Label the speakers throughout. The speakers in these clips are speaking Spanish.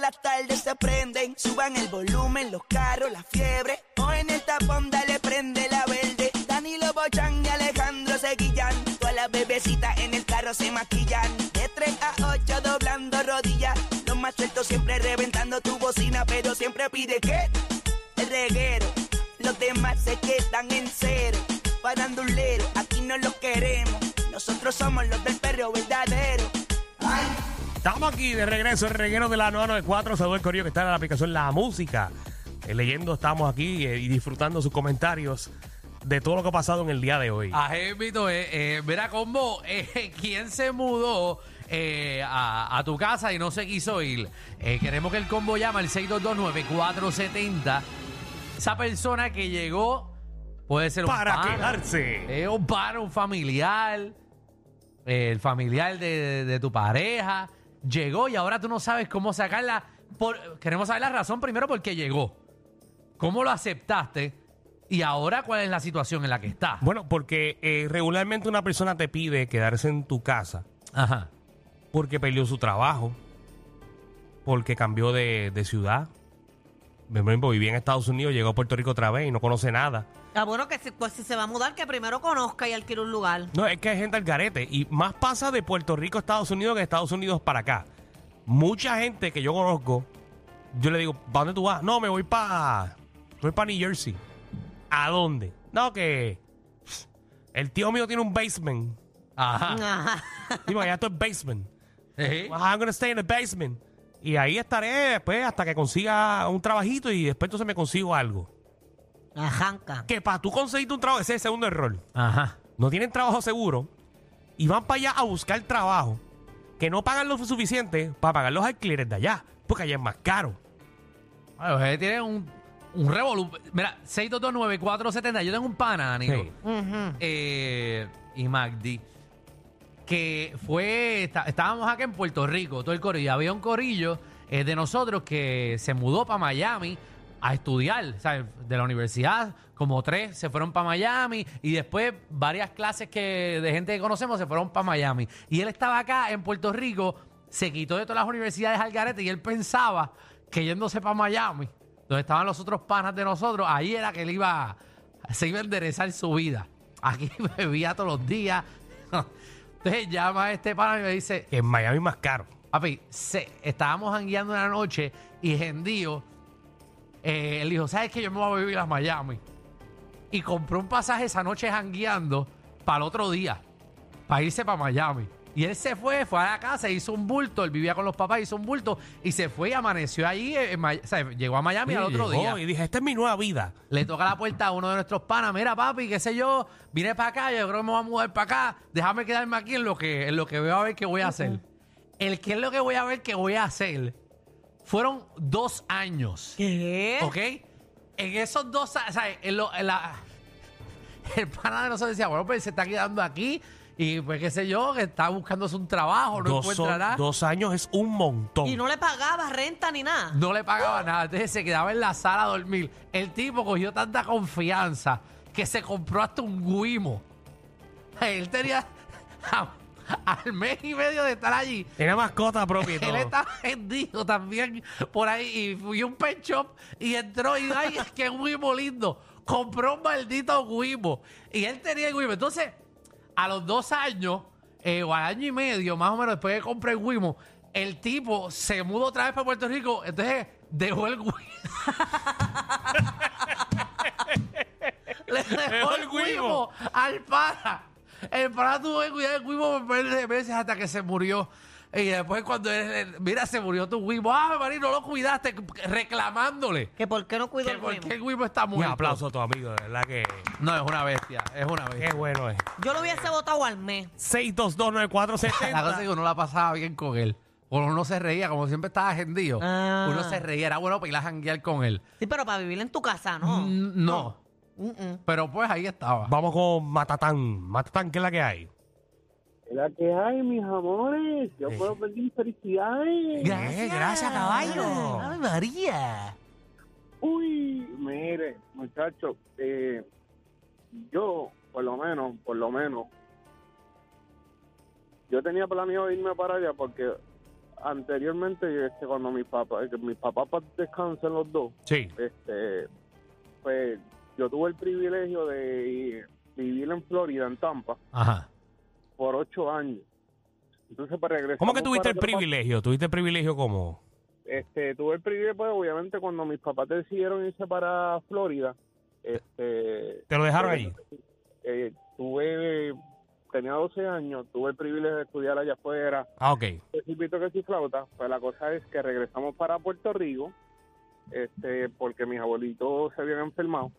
Speaker 1: las tardes se prenden. Suban el volumen, los carros, la fiebre. O en el tapón dale prende la verde. Danilo Bochan y Alejandro se guillan. Todas las bebecitas en el carro se maquillan. De 3 a 8 doblando rodillas. Los más sueltos siempre reventando tu bocina. Pero siempre pide que el reguero. Los demás se quedan en cero. Parandulero, aquí no los queremos. Nosotros somos los del perro verdadero.
Speaker 2: Estamos aquí de regreso, el reguero de la 994. Saludos al Corillo que está en la aplicación La Música. Eh, leyendo, estamos aquí eh, y disfrutando sus comentarios de todo lo que ha pasado en el día de hoy.
Speaker 3: Ajémito, eh, eh, mira, Combo, eh, ¿quién se mudó eh, a, a tu casa y no se quiso ir? Eh, queremos que el Combo llame al 6229470. Esa persona que llegó puede ser un
Speaker 2: Para
Speaker 3: pana,
Speaker 2: quedarse.
Speaker 3: eh, un pana, un familiar, eh, el familiar de, de- de tu pareja. Llegó y ahora tú no sabes cómo sacarla. Por- queremos saber la razón primero porque llegó. ¿Cómo lo aceptaste? Y ahora, ¿cuál es la situación en la que está?
Speaker 2: Bueno, porque eh, regularmente una persona te pide quedarse en tu casa
Speaker 3: Ajá.
Speaker 2: porque perdió su trabajo, porque cambió de, de ciudad. Por ejemplo, vivía en Estados Unidos, llegó a Puerto Rico otra vez y no conoce nada.
Speaker 4: Ah, bueno, que si, pues, si se va a mudar, que primero conozca y alquile un lugar.
Speaker 2: No, es que hay gente al garete. Y más pasa de Puerto Rico a Estados Unidos que de Estados Unidos para acá. Mucha gente que yo conozco, yo le digo, ¿para dónde tú vas? No, me voy para. Voy para New Jersey. ¿A dónde? No, que. El tío mío tiene un basement.
Speaker 3: Ajá.
Speaker 4: Ajá.
Speaker 2: Digo, allá esto es basement.
Speaker 3: Ejé.
Speaker 2: Well, I'm gonna stay in the basement. Y ahí estaré después hasta que consiga un trabajito y después entonces me consigo algo.
Speaker 4: Ajanca.
Speaker 2: Que para tú conseguirte un trabajo, ese es el segundo error.
Speaker 3: Ajá.
Speaker 2: no tienen trabajo seguro y van para allá a buscar trabajo que no pagan lo suficiente para pagar los alquileres de allá, porque allá es más caro.
Speaker 3: Ay, ustedes tienen un, un revolú. Mira, 6229470. Yo tengo un pana, Danilo.
Speaker 2: Sí.
Speaker 4: Ujú.
Speaker 3: Eh, y Magdi. Que fue. está- estábamos acá en Puerto Rico, todo el corillo. Había un corillo eh, de nosotros que se mudó para Miami a estudiar, ¿sabes? De la universidad, como tres se fueron para Miami y después varias clases que de gente que conocemos se fueron para Miami. Y él estaba acá en Puerto Rico, se quitó de todas las universidades al garete y él pensaba que yéndose para Miami, donde estaban los otros panas de nosotros, ahí era que él iba, se iba a enderezar su vida. Aquí bebía todos los días. Entonces llama a este pana y me dice,
Speaker 2: Que en Miami es más caro.
Speaker 3: Papi, se- estábamos jangueando una noche y Gendío, eh, él dijo, ¿sabes qué? Yo me voy a vivir a Miami. Y compró un pasaje esa noche jangueando para el otro día, para irse para Miami. Y él se fue, fue a la casa, hizo un bulto, él vivía con los papás, hizo un bulto y se fue y amaneció ahí, en Ma- o sea, llegó a Miami al otro
Speaker 2: Llegó
Speaker 3: día.
Speaker 2: Y dije, esta es mi nueva vida.
Speaker 3: Le toca la puerta a uno de nuestros panas. Mira, papi, qué sé yo, vine para acá, yo creo que me voy a mudar para acá. Déjame quedarme aquí en lo que, en lo que veo a ver qué voy a hacer. El que es lo que voy a ver qué voy a hacer fueron dos años.
Speaker 4: ¿Qué?
Speaker 3: ¿Ok? En esos dos años, en lo- en la- el pana de nosotros decía, bueno, pues se está quedando aquí y pues qué sé yo, que está buscándose un trabajo, no
Speaker 2: dos,
Speaker 3: encuentra
Speaker 2: son-
Speaker 3: nada.
Speaker 2: dos años es un montón.
Speaker 4: Y no le pagaba renta ni nada.
Speaker 3: No le pagaba nada, entonces se quedaba en la sala a dormir. El tipo cogió tanta confianza que se compró hasta un guimo. Él tenía al mes y medio de estar allí.
Speaker 2: Tiene mascota propia y todo.
Speaker 3: Él estaba vendido también por ahí y fui a un pet shop y entró y ay, es que guimo lindo. Compró un maldito guimo y él tenía el guimo. Entonces, a los dos años eh, o al año y medio, más o menos después de comprar el guimo, el tipo se mudó otra vez para Puerto Rico. Entonces, dejó el guimo. Le dejó el guimo al pana. El pana tuvo que cuidar el guimo por par de meses hasta que se murió. Y después cuando él- él- mira, se murió tu guimo. Ah, Marín, no lo cuidaste, reclamándole.
Speaker 4: Que por qué no cuidó
Speaker 3: Que
Speaker 4: el
Speaker 3: por
Speaker 4: mismo.
Speaker 3: qué el guimo está
Speaker 2: Un
Speaker 3: muerto.
Speaker 2: aplauso a tu amigo, de verdad que
Speaker 3: No, es una bestia, es una bestia.
Speaker 2: qué bueno es.
Speaker 4: Yo lo hubiese votado al mes.
Speaker 3: La cosa es
Speaker 2: 6229470.
Speaker 3: que uno la pasaba bien con él. Uno no se reía, como siempre estaba agendido.
Speaker 4: Ah.
Speaker 3: Uno se reía, era bueno para ir a janguear con él.
Speaker 4: Sí, pero para vivir en tu casa, ¿no?
Speaker 3: Mm, No,
Speaker 4: Mm-mm.
Speaker 3: pero pues ahí estaba.
Speaker 2: Vamos con Matatán. Matatán, ¿qué es la que hay?
Speaker 5: La que hay, mis amores. Yo puedo pedir felicidades.
Speaker 2: Eh, gracias, caballo.
Speaker 3: María.
Speaker 5: Uy, mire, muchachos, eh, yo, por lo menos, por lo menos, yo tenía planeado irme para allá porque anteriormente, este, cuando mis papás, que mis papás pa- descansan los dos,
Speaker 2: Sí.
Speaker 5: este, pues yo tuve el privilegio de vivir en Florida, en Tampa,
Speaker 3: Ajá.
Speaker 5: por ocho años. Entonces, pues, para regresar.
Speaker 2: ¿Cómo que tuviste el
Speaker 5: privilegio?
Speaker 2: privilegio? ¿Tuviste el privilegio como?
Speaker 5: este, tuve el privilegio, pues, obviamente, cuando mis papás decidieron irse para Florida, este,
Speaker 2: ¿Te lo dejaron allí?
Speaker 5: eh, tuve, tenía 12 años, tuve el privilegio de estudiar allá afuera,
Speaker 2: Ah, ok.
Speaker 5: el circuito que Pues sí flauta, pues la cosa es que regresamos para Puerto Rico, este, porque mis abuelitos se habían enfermado.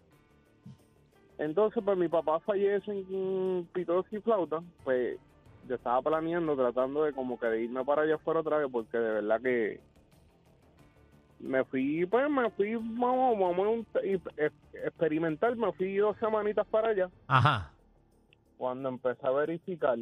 Speaker 5: Entonces, pues mi papá fallece en pitos y flauta, pues yo estaba planeando, tratando de como que de irme para allá afuera otra vez, porque de verdad que me fui, pues me fui, vamos, vamos a un- e- experimentar, me fui dos semanitas para allá
Speaker 3: Ajá.
Speaker 5: cuando empecé a verificar,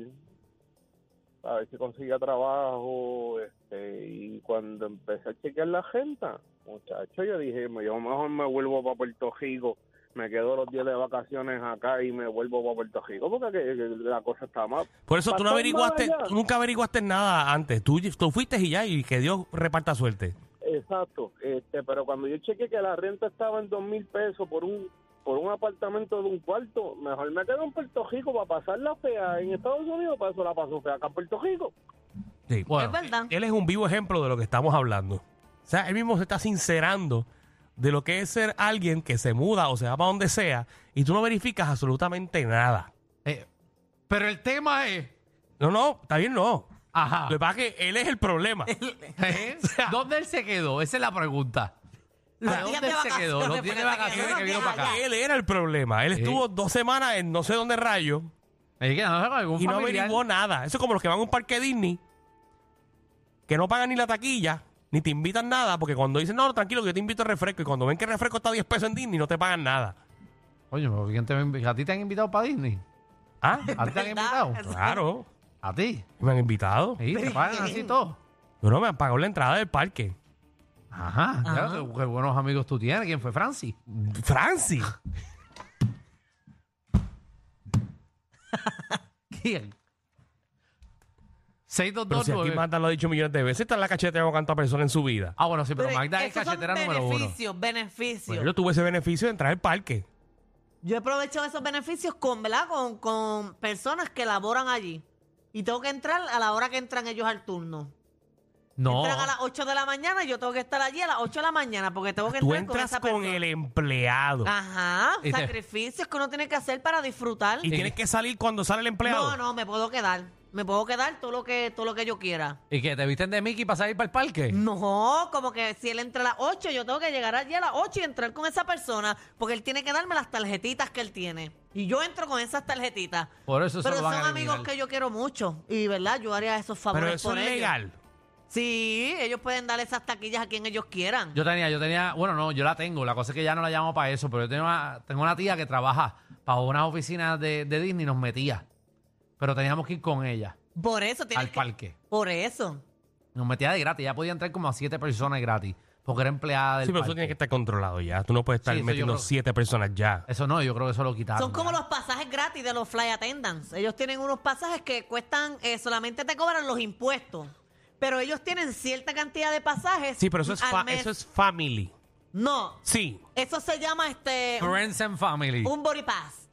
Speaker 5: a ver si conseguía trabajo, este, y cuando empecé a chequear la agenda, muchacho, yo dije, "Me- yo mejor me vuelvo para Puerto Rico, me quedo los días de vacaciones acá y me vuelvo para Puerto Rico, porque que- que la cosa está mal.
Speaker 2: Por eso tú no
Speaker 5: Pasó
Speaker 2: averiguaste,
Speaker 5: mal allá.
Speaker 2: tú nunca averiguaste nada antes. Tú, tú fuiste y ya, y que Dios reparta suerte.
Speaker 5: Exacto, este, pero cuando yo chequeé que la renta estaba en dos mil pesos por un por un apartamento de un cuarto, mejor me quedo en Puerto Rico para pasar la fea en Estados Unidos, para eso la paso fea acá en Puerto Rico.
Speaker 2: Sí.
Speaker 3: Bueno.
Speaker 4: es verdad.
Speaker 2: Él es un vivo ejemplo de lo que estamos hablando. O sea, él mismo se está sincerando de lo que es ser alguien que se muda o se va para donde sea y tú no verificas absolutamente nada.
Speaker 3: Eh, pero el tema es.
Speaker 2: No, no, está bien, no.
Speaker 3: Ajá.
Speaker 2: Lo que pasa es que él es el problema.
Speaker 3: ¿Eh? ¿Dónde él se quedó? Esa es la pregunta.
Speaker 4: Los
Speaker 3: ¿A
Speaker 4: días
Speaker 3: dónde
Speaker 4: de
Speaker 3: él se
Speaker 4: vacaciones,
Speaker 3: quedó? Los
Speaker 4: porque
Speaker 3: días de
Speaker 4: se
Speaker 3: vacaciones
Speaker 4: quedó
Speaker 3: que vino
Speaker 4: los días
Speaker 3: para acá.
Speaker 4: allá.
Speaker 2: Él era el problema. Él
Speaker 3: Sí.
Speaker 2: estuvo dos semanas en no sé dónde rayo
Speaker 3: Es que no sé, con algún
Speaker 2: y no
Speaker 3: familiar.
Speaker 2: averiguó nada. Eso es como los que van a un parque Disney que no pagan ni la taquilla ni te invitan nada porque cuando dicen, no, tranquilo, que yo te invito a refresco y cuando ven que el refresco está a 10 pesos en Disney no te pagan nada.
Speaker 3: Oye, pero ¿quién te va a invi- ¿a ti te han invitado para Disney?
Speaker 2: ¿Ah?
Speaker 3: ¿A ti te han
Speaker 4: ¿Verdad?
Speaker 3: invitado?
Speaker 2: Claro.
Speaker 3: ¿A ti?
Speaker 2: Me han invitado.
Speaker 3: Sí, te pagan así todo.
Speaker 2: Bueno, me han pagado la entrada del parque.
Speaker 3: Ajá, ya, qué, qué buenos amigos tú tienes. ¿Quién fue Francis?
Speaker 2: Francis. Pero si
Speaker 3: ¿Quién?
Speaker 2: aquí
Speaker 4: eh.
Speaker 3: 6229.
Speaker 2: Magda lo ha dicho millones de veces, esta es la cachetera con tanta persona en su vida.
Speaker 3: Ah, bueno, sí, pero
Speaker 4: Pero
Speaker 3: Magda es
Speaker 4: esos son
Speaker 3: cachetera número uno. Pues
Speaker 4: Beneficios,
Speaker 2: Bueno,
Speaker 4: beneficios.
Speaker 2: yo tuve ese beneficio de entrar al parque.
Speaker 4: Yo he aprovechado esos beneficios con, ¿verdad? Con, con personas que laboran allí. Y tengo que entrar a la hora que entran ellos al turno.
Speaker 3: No.
Speaker 4: Entran a las 8 de la mañana y yo tengo que estar allí a las 8 de la mañana porque tengo que
Speaker 2: Tú
Speaker 4: entrar con
Speaker 2: entras
Speaker 4: esa
Speaker 2: con,
Speaker 4: persona.
Speaker 2: el empleado
Speaker 4: Ah, Ajá,
Speaker 3: Y te-
Speaker 4: sacrificios que uno tiene que hacer para disfrutar.
Speaker 2: y tienes que salir cuando sale el empleado.
Speaker 4: No, no, me puedo quedar. Me puedo quedar todo lo que, todo lo que yo quiera.
Speaker 3: ¿Y que te visten de Mickey para salir para el parque?
Speaker 4: No, como que si él entra a las 8, yo tengo que llegar allí a las 8 y entrar con esa persona, porque él tiene que darme las tarjetitas que él tiene. Y yo entro con esas tarjetitas.
Speaker 3: Por eso se
Speaker 4: Pero
Speaker 3: lo van a
Speaker 4: son amigos
Speaker 3: eliminar.
Speaker 4: que yo quiero mucho. Y, ¿verdad? Yo haría esos favores
Speaker 2: Pero eso
Speaker 4: por
Speaker 2: es
Speaker 4: ellos.
Speaker 2: legal.
Speaker 4: Sí, ellos pueden dar esas taquillas a quien ellos quieran.
Speaker 3: Yo tenía, yo tenía, bueno, no, yo la tengo. La cosa es que ya no la llamo para eso, pero yo tengo una, tengo una tía que trabaja para unas oficinas de, de Disney y nos metía. Pero teníamos que ir con ella
Speaker 4: por eso tienes
Speaker 3: al
Speaker 4: que-
Speaker 3: parque.
Speaker 4: Por eso.
Speaker 3: Nos metía de gratis. Ya podía entrar como a siete personas gratis porque era empleada del
Speaker 2: Sí, pero
Speaker 3: parque.
Speaker 2: eso tiene que estar controlado ya. Tú no puedes estar
Speaker 3: Sí, eso yo
Speaker 2: metiendo
Speaker 3: creo-
Speaker 2: siete personas ya.
Speaker 3: Eso no, yo creo que eso lo quitaron.
Speaker 4: Son como
Speaker 3: ya.
Speaker 4: los pasajes gratis de los fly attendants. Ellos tienen unos pasajes que cuestan, eh, solamente te cobran los impuestos. Pero ellos tienen cierta cantidad de pasajes.
Speaker 2: Sí, pero eso es,
Speaker 4: al
Speaker 2: fa-
Speaker 4: mes.
Speaker 2: eso es family.
Speaker 4: No,
Speaker 2: Sí.
Speaker 4: eso se llama este un-
Speaker 3: Friends and Family.
Speaker 4: un body pass.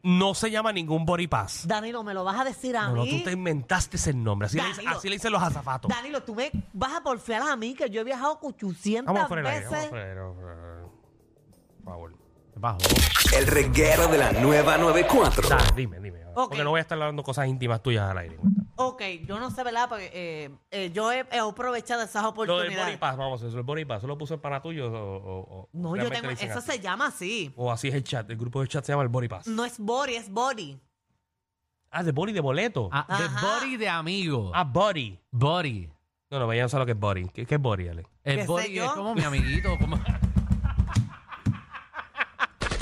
Speaker 2: No se llama ningún body pass.
Speaker 4: Danilo, me lo vas a decir a
Speaker 2: No, no,
Speaker 4: mí.
Speaker 2: tú te inventaste ese nombre. Así, le, dicen-
Speaker 4: Danilo.
Speaker 2: así le dicen los azafatos.
Speaker 4: Danilo, tú me vas a porfiar a mí que yo he viajado 800
Speaker 2: Vamos a frenar,
Speaker 4: veces.
Speaker 2: vamos a frenar, vamos a frenar. Por favor.
Speaker 3: ¿Qué pasó?
Speaker 6: El reguero de la nueva 94.
Speaker 2: Dale, dime, dime.
Speaker 4: Ok.
Speaker 2: Porque no voy a estar hablando cosas íntimas tuyas al aire.
Speaker 4: Ok, yo no sé, ¿verdad? Porque eh, eh, yo he, he aprovechado esas
Speaker 2: Lo del
Speaker 4: oportunidades.
Speaker 2: body pass, vamos, eso, el body pass, ¿eso lo puso para tuyo o, o- o
Speaker 4: no, yo
Speaker 2: realmente
Speaker 4: tengo.
Speaker 2: lo dicen
Speaker 4: Eso
Speaker 2: así?
Speaker 4: se Mm. llama así.
Speaker 2: O así es el chat, el grupo de chat se llama el body pass.
Speaker 4: No es body, es body.
Speaker 2: Ah, de body, de boleto. Ah,
Speaker 3: Ah, de
Speaker 4: Ajá.
Speaker 3: body de amigo.
Speaker 2: body.
Speaker 3: Body.
Speaker 2: No, no, vayan a saber lo que es body. ¿Qué, qué es body, Ale?
Speaker 4: ¿Qué
Speaker 3: El
Speaker 4: sé
Speaker 3: body
Speaker 4: yo?
Speaker 3: es como mi amiguito. Como...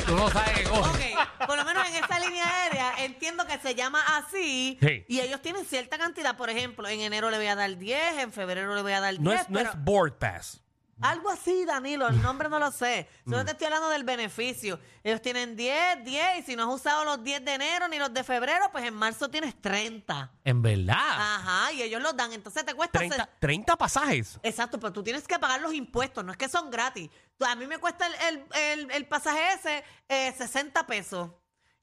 Speaker 3: Tú no sabes qué coge.
Speaker 4: Ok, por lo menos en esa línea aérea entiendo que se llama así
Speaker 2: Sí.
Speaker 4: y ellos tienen cierta cantidad. Por ejemplo, en enero le voy a dar 10, en febrero le voy a dar 10.
Speaker 2: No es, no
Speaker 4: pero-
Speaker 2: es board pass.
Speaker 4: Algo así, Danilo, el nombre no lo sé. Solo
Speaker 2: Mm.
Speaker 4: te estoy hablando del beneficio. Ellos tienen 10, 10, y si no has usado los 10 de enero ni los de febrero, pues en marzo tienes 30.
Speaker 3: En verdad.
Speaker 4: Ah,
Speaker 2: Ah.
Speaker 4: Ajá, y ellos los dan. Entonces te cuesta...
Speaker 2: 30,
Speaker 4: se-
Speaker 2: 30 pasajes.
Speaker 4: Exacto, pero tú tienes que pagar los impuestos, no es que son gratis. Tú- A mí me cuesta el, el- el- el pasaje ese eh, 60 pesos.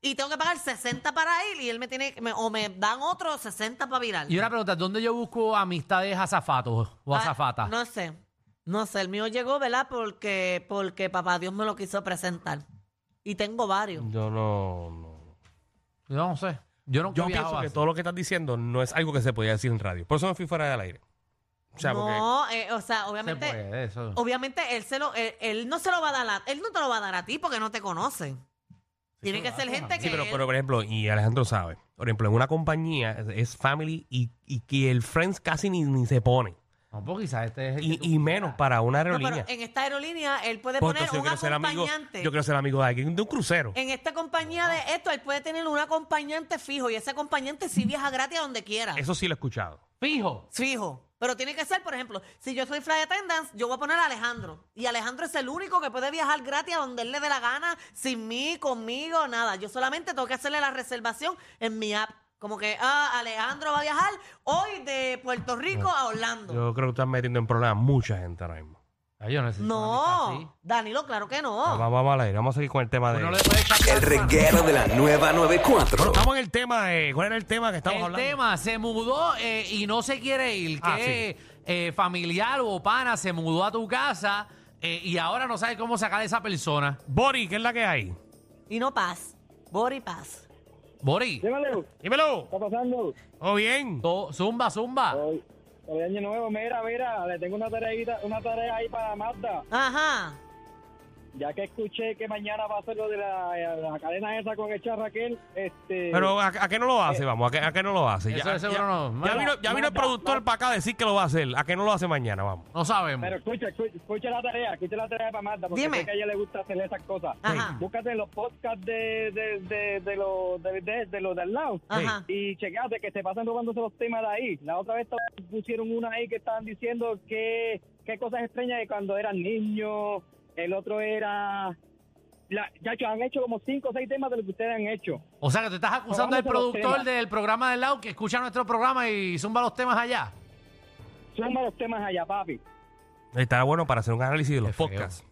Speaker 4: Y tengo que pagar 60 para ir y él me tiene... me- o me dan otro 60 para virar.
Speaker 3: Y una pregunta, ¿dónde yo busco amistades azafatos o
Speaker 4: Ah,
Speaker 3: azafatas?
Speaker 4: No sé. No sé, el mío llegó, ¿verdad? Porque, porque papá Dios me lo quiso presentar. Y tengo varios.
Speaker 2: Yo no. no.
Speaker 3: Yo no sé. Yo nunca
Speaker 2: Yo
Speaker 3: he viajado
Speaker 2: pienso que
Speaker 3: así.
Speaker 2: todo lo que estás diciendo no es algo que se podía decir en radio. Por eso me fui fuera del aire. O sea, porque.
Speaker 4: no, eh, o sea,
Speaker 3: se
Speaker 4: obviamente,
Speaker 3: puede, eso.
Speaker 4: obviamente él se lo, él, él no se lo va a dar a, él no te lo va a dar a ti porque no te conoce. Tiene que ser gente que
Speaker 2: Sí, pero,
Speaker 4: él-
Speaker 2: pero por ejemplo, y Alejandro sabe, por ejemplo, en una compañía es- es family y, y que el friends casi ni, ni se pone.
Speaker 3: No, pues quizás este es el
Speaker 2: Y,
Speaker 3: que tú
Speaker 2: y menos
Speaker 3: quieras.
Speaker 2: para una
Speaker 4: No, pero
Speaker 2: aerolínea.
Speaker 4: en esta aerolínea él puede
Speaker 2: Pues
Speaker 4: poner
Speaker 2: entonces yo
Speaker 4: un
Speaker 2: quiero ser amigo.
Speaker 4: acompañante. Eh,
Speaker 2: Yo quiero ser amigo de alguien de un crucero.
Speaker 4: En esta compañía de esto él puede tener un acompañante fijo y ese acompañante sí viaja gratis a donde quiera.
Speaker 2: Eso sí lo he escuchado.
Speaker 3: Fijo.
Speaker 4: Fijo. Pero tiene que ser, por ejemplo, si yo soy flight attendant, yo voy a poner a Alejandro. Y Alejandro es el único que puede viajar gratis a donde él le dé la gana, sin mí, conmigo, nada. Yo solamente tengo que hacerle la reservación en mi app. Como que, ah, Alejandro va a viajar hoy de Puerto Rico a Orlando.
Speaker 2: Yo creo que estás metiendo en problemas mucha gente ahora mismo.
Speaker 3: Ay, yo necesito una amistad así.
Speaker 4: no, Danilo, claro que no.
Speaker 2: Vamos, vamos al aire, vamos a seguir con el tema de.
Speaker 3: Uno le puede echar
Speaker 6: El
Speaker 3: la mano.
Speaker 6: reguero de la nueva
Speaker 2: Bueno,
Speaker 6: 94.
Speaker 2: estamos en el tema. eh, ¿Cuál era el tema que estamos
Speaker 3: el
Speaker 2: hablando?
Speaker 3: tema se mudó eh, y no se quiere ir.
Speaker 2: Ah,
Speaker 3: que eh, familiar o pana se mudó a tu casa eh, y ahora no sabes cómo sacar a esa persona.
Speaker 2: Bori, ¿qué es la que hay?
Speaker 4: Y no paz. Bori paz.
Speaker 3: Bori,
Speaker 5: Dímelo,
Speaker 2: Dímelo.
Speaker 5: ¿qué está pasando?
Speaker 2: ¿Todo bien?
Speaker 3: to- zumba, zumba.
Speaker 5: Hoy, hoy año nuevo, mira, mira, le tengo una tarea, una tarea ahí para Mazda.
Speaker 4: Ajá.
Speaker 5: Ya que escuché que mañana va a ser lo de la, eh, la cadena esa con hecha Raquel, este...
Speaker 2: Pero ¿a, a qué no lo hace? Vamos, ¿a qué, a qué no lo hace?
Speaker 3: Eso de seguro no.
Speaker 2: ya
Speaker 3: Mira,
Speaker 2: vino, ya vino el
Speaker 5: manda,
Speaker 2: productor
Speaker 5: manda.
Speaker 2: para acá a decir que lo va a hacer. ¿A qué no lo hace mañana? Vamos.
Speaker 3: No sabemos.
Speaker 5: Pero escucha, escucha, escucha la tarea, escucha la tarea para Marta, porque
Speaker 4: Dime.
Speaker 5: sé que a ella le gusta hacer esas cosas.
Speaker 4: Ajá.
Speaker 5: Búscate los podcasts de, de, de, de los de, de- de los de al lado
Speaker 4: Ajá.
Speaker 5: y checate que te pasan robándose los temas de ahí. La otra vez to- pusieron una ahí que estaban diciendo que, que cosas extrañas de cuando eran niños, el otro era... La, ya han hecho como cinco o seis temas de lo que ustedes han hecho.
Speaker 3: O sea que te estás acusando al
Speaker 5: Probándose los
Speaker 3: productor
Speaker 5: temas.
Speaker 3: del programa del lado que escucha nuestro programa y zumba los temas allá.
Speaker 5: Suma los temas allá, papi.
Speaker 2: Está bueno para hacer un análisis de los
Speaker 3: Qué feo.
Speaker 2: podcasts.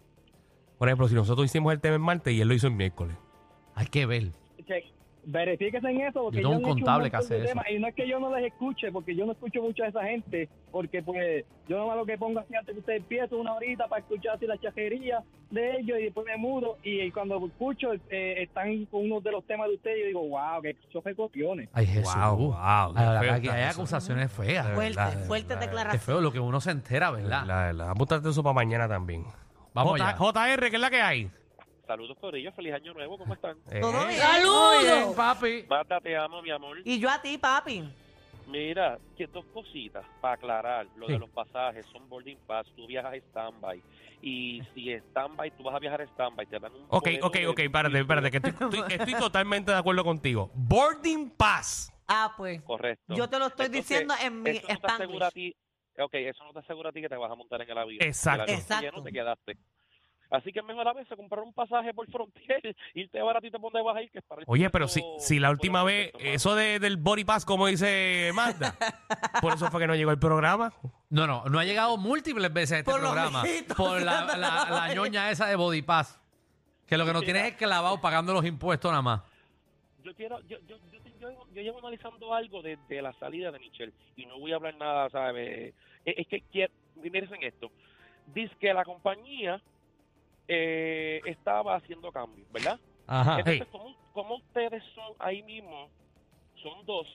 Speaker 2: Por ejemplo, si nosotros hicimos el tema en martes y él lo hizo el miércoles.
Speaker 3: Hay que ver.
Speaker 5: Che, verifíquese en eso. Porque
Speaker 3: Yo tengo
Speaker 5: ya
Speaker 3: un
Speaker 5: han hecho
Speaker 3: contable que
Speaker 5: montón de
Speaker 3: hace eso.
Speaker 5: temas, Y no es que yo no les escuche, porque yo no escucho mucho a esa gente, porque pues yo nomás lo que pongo así antes que usted empiece una horita para escuchar así la chajería de ellos y después me mudo y, cuando escucho eh, están con uno de los temas de ustedes y yo digo, wow, que chofe copiones.
Speaker 3: Ay, Jesús.
Speaker 2: Wow, wow,
Speaker 3: Ay,
Speaker 2: qué
Speaker 3: la
Speaker 2: feo
Speaker 3: verdad que
Speaker 2: está
Speaker 3: hay
Speaker 2: eso.
Speaker 3: acusaciones feas.
Speaker 2: De
Speaker 4: Fuerte,
Speaker 2: verdad, de
Speaker 4: fuerte
Speaker 2: verdad.
Speaker 3: Es
Speaker 4: declaración.
Speaker 3: feo lo que uno se entera, ¿verdad?
Speaker 2: La verdad. Apúntate eso para mañana también.
Speaker 3: Vamos
Speaker 2: J-
Speaker 3: allá.
Speaker 2: JR, ¿qué es la que hay?
Speaker 7: Saludos, Corillo. Feliz año nuevo. ¿Cómo están?
Speaker 2: Eh,
Speaker 4: Todo bien.
Speaker 3: Muy
Speaker 4: Todo
Speaker 3: bien,
Speaker 4: bien.
Speaker 3: papi.
Speaker 7: Marta, te amo, mi amor.
Speaker 4: Y yo a ti, papi.
Speaker 7: Mira, que dos cositas para aclarar. Lo
Speaker 2: Sí.
Speaker 7: de los pasajes son boarding pass. Tú viajas a standby. Y si standby, tú vas a viajar a standby. Te dan un.
Speaker 2: Ok,
Speaker 7: boleto
Speaker 2: ok,
Speaker 7: de-
Speaker 2: ok, espérate, espérate, que estoy, estoy- estoy totalmente de acuerdo contigo. Boarding Pass.
Speaker 4: Ah, pues.
Speaker 7: Correcto.
Speaker 4: Yo te lo estoy
Speaker 7: Entonces,
Speaker 4: diciendo en mi
Speaker 7: eso no te asegura a
Speaker 4: spanglish.
Speaker 7: ti. Ok, eso no te asegura a ti que te vas a montar en el avión.
Speaker 2: Exacto.
Speaker 7: El avión está
Speaker 4: Exacto.
Speaker 7: lleno, te quedaste. Así que es mejor a veces comprar un pasaje por frontier, irte baratito por donde vas a ir, que es para el
Speaker 2: Oye, pero si,
Speaker 5: Oh,
Speaker 7: puerto-
Speaker 2: si la última
Speaker 7: puerto
Speaker 2: vez, eh,
Speaker 7: perfecto, mano.
Speaker 2: eso de- del Body Pass, como dice Magda, por eso fue que no llegó el programa.
Speaker 3: No, no, no ha llegado múltiples veces a este
Speaker 4: Por los
Speaker 3: programa
Speaker 4: ojitos.
Speaker 3: por la, la- la ñoña esa de Body Pass. Que lo que nos tienes es clavado pagando los impuestos nada más.
Speaker 7: yo quiero yo, yo, yo, te- yo- yo llevo analizando algo desde la salida de Michelle y no voy a hablar nada sabes es, es que quiero miren esto dice que la compañía eh, estaba haciendo cambios verdad
Speaker 3: Ajá.
Speaker 7: entonces como como ustedes son ahí mismo son dos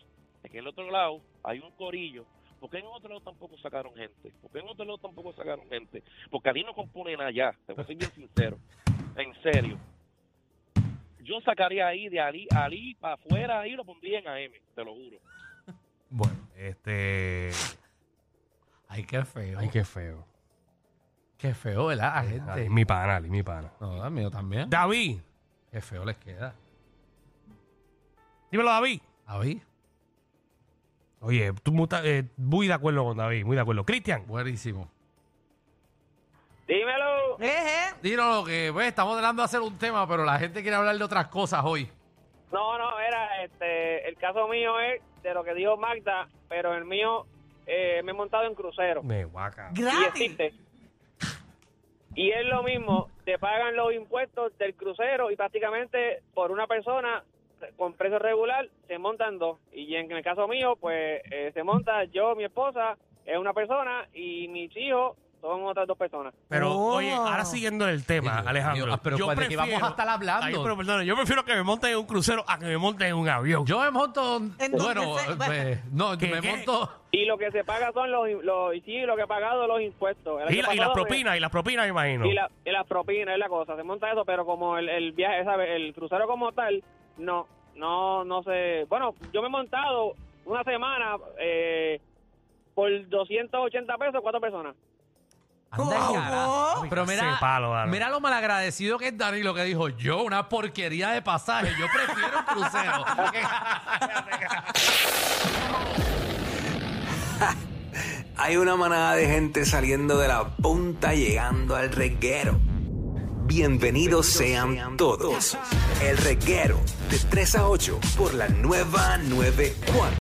Speaker 7: de que el otro lado hay un corillo porque en otro lado tampoco sacaron gente porque en otro lado tampoco sacaron gente porque ahí no componen allá te voy a ser bien sincero en serio yo sacaría ahí de Ali, Ali para afuera, ahí lo pondría en AM, te lo juro.
Speaker 2: Bueno, este.
Speaker 3: Ay, qué feo.
Speaker 2: Ay,
Speaker 3: qué...
Speaker 2: qué feo.
Speaker 3: feo, ¿verdad? La
Speaker 2: Ali,
Speaker 3: gente.
Speaker 2: mi pana, Ali, mi pana.
Speaker 3: No, da miedo también.
Speaker 2: David,
Speaker 3: Qué feo les queda.
Speaker 2: dímelo, David.
Speaker 3: A ver,
Speaker 2: Oye, tú mu- ta- eh, muy de acuerdo con David, muy de acuerdo. Cristian,
Speaker 3: buenísimo.
Speaker 8: Dímelo.
Speaker 4: Eje.
Speaker 3: Dilo lo que, pues, estamos tratando de hacer un tema, pero la gente quiere hablar de otras cosas hoy.
Speaker 5: No, no, era, este, el caso mío es de lo que dijo Magda, pero el mío eh, me he montado en crucero.
Speaker 2: Me guaca.
Speaker 5: Y
Speaker 4: Gratis.
Speaker 5: existe. Y es lo mismo, te pagan los impuestos del crucero y prácticamente por una persona con precio regular se montan dos. Y en el caso mío, pues eh, se monta yo, mi esposa, es una persona y mis hijos son otras dos personas.
Speaker 2: Pero,
Speaker 4: Oh.
Speaker 2: oye, ahora siguiendo el tema,
Speaker 3: Dios mío,
Speaker 2: Alejandro.
Speaker 3: ah, pero
Speaker 2: yo
Speaker 3: ¿cuál- de qué vamos a
Speaker 2: prefiero-
Speaker 3: estar hablando?
Speaker 2: Ay, pero perdona, yo prefiero que me monten en un crucero a que me monten en un avión.
Speaker 3: Yo me monto.
Speaker 4: Entonces,
Speaker 3: bueno,
Speaker 4: eh,
Speaker 3: pues, no,
Speaker 2: ¿Qué,
Speaker 3: me
Speaker 2: qué?
Speaker 3: monto.
Speaker 5: Y lo que se paga son los, los y sí, lo que he pagado los impuestos. El
Speaker 2: Y,
Speaker 5: año
Speaker 2: la- y las
Speaker 5: pasado,
Speaker 2: propinas, y las propinas, me imagino.
Speaker 5: Y, la- y las propinas es la cosa, se monta eso, pero como el, el viaje, ¿sabes? El crucero como tal, no, no, no sé. Bueno, yo me he montado una semana eh, por 280 pesos, cuatro personas.
Speaker 3: Anda,
Speaker 4: ¿Cómo?
Speaker 3: carajo. Pero mira,
Speaker 2: Ese palo, Dani.
Speaker 3: mira lo malagradecido que es Dani lo que dijo. Yo, una porquería de pasaje. Yo prefiero un crucero.
Speaker 6: Hay una manada de gente saliendo de la punta llegando al reguero. Bienvenidos sean todos. El reguero de 3 a 8 por la nueva 94.